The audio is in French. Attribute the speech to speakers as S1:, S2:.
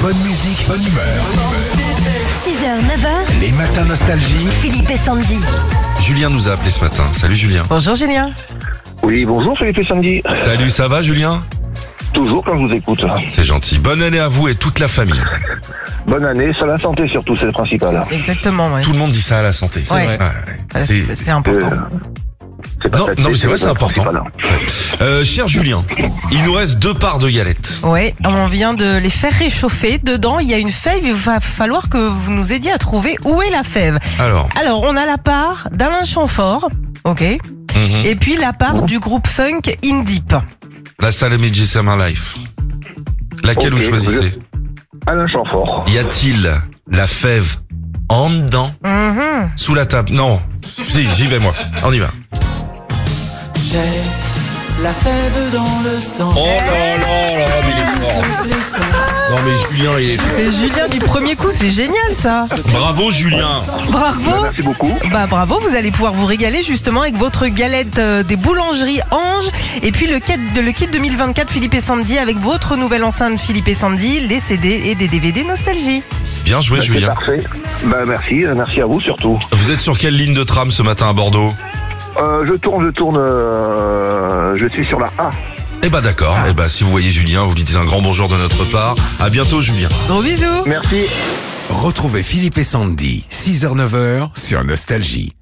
S1: Bonne musique, bonne humeur.
S2: 6h, 9h,
S1: Les matins nostalgie.
S2: Philippe et Sandy.
S3: Julien nous a appelé ce matin. Salut Julien.
S4: Bonjour Julien.
S5: Oui, bonjour Philippe Samedi.
S3: Salut, ça va Julien
S5: Toujours quand je vous écoute.
S3: C'est gentil. Bonne année à vous et toute la famille.
S5: Bonne année, ça la santé surtout, c'est le principal.
S4: Exactement, ouais.
S3: Tout le monde dit ça à la santé.
S4: Ouais.
S3: Ouais,
S4: Euh,
S3: ouais.
S4: C'est
S3: C'est-
S4: c'est important.
S5: Euh, c'est pas
S3: Non,
S5: facile,
S3: non, mais c'est vrai, c'est
S5: le
S3: important.
S5: principal. hein.
S3: Euh, cher Julien, il nous reste deux parts de galettes.
S4: Ouais, on vient de les faire réchauffer. Dedans, il y a une fève. Il va falloir que vous nous aidiez à trouver où est la fève.
S3: Alors,
S4: Alors, on a la part d'Alain Chamfort, ok,
S3: mhm.
S4: et puis la part du groupe funk In Deep.
S3: la Salamé Jessama Life. Laquelle
S5: Ok,
S3: vous choisissez
S5: Alain Chanfort.
S3: Y a-t-il la fève en dedans
S4: Mhm.
S3: Sous la table Non. Si, j'y vais moi. On y va.
S6: J'ai la fève dans le sang.
S3: Oh là là là, mais il est fort. Non mais Julien, il est fort.
S4: Mais Julien, du premier coup, c'est génial ça.
S3: Bravo Julien. Ah
S4: Bravo.
S5: Ben, Merci beaucoup.
S4: Bah bravo, vous allez pouvoir vous régaler justement avec votre galette euh, des boulangeries Ange et puis le kit, de, le kit 2024 Philippe et Sandy avec votre nouvelle enceinte Philippe et Sandy, les CD et des DVD Nostalgie.
S3: Bien joué
S5: C'est
S3: Julien.
S5: parfait. Ben, merci, euh, merci à vous surtout.
S3: Vous êtes sur quelle ligne de tram ce matin à Bordeaux
S5: Euh, je tourne, je tourne, euh, je suis sur la A.
S3: Eh ben d'accord. Eh ben si vous voyez Julien, vous lui dites un grand bonjour de notre part. À bientôt Julien.
S4: Gros bisous
S5: Merci.
S1: Retrouvez Philippe et Sandy, 6h, 9h sur Nostalgie.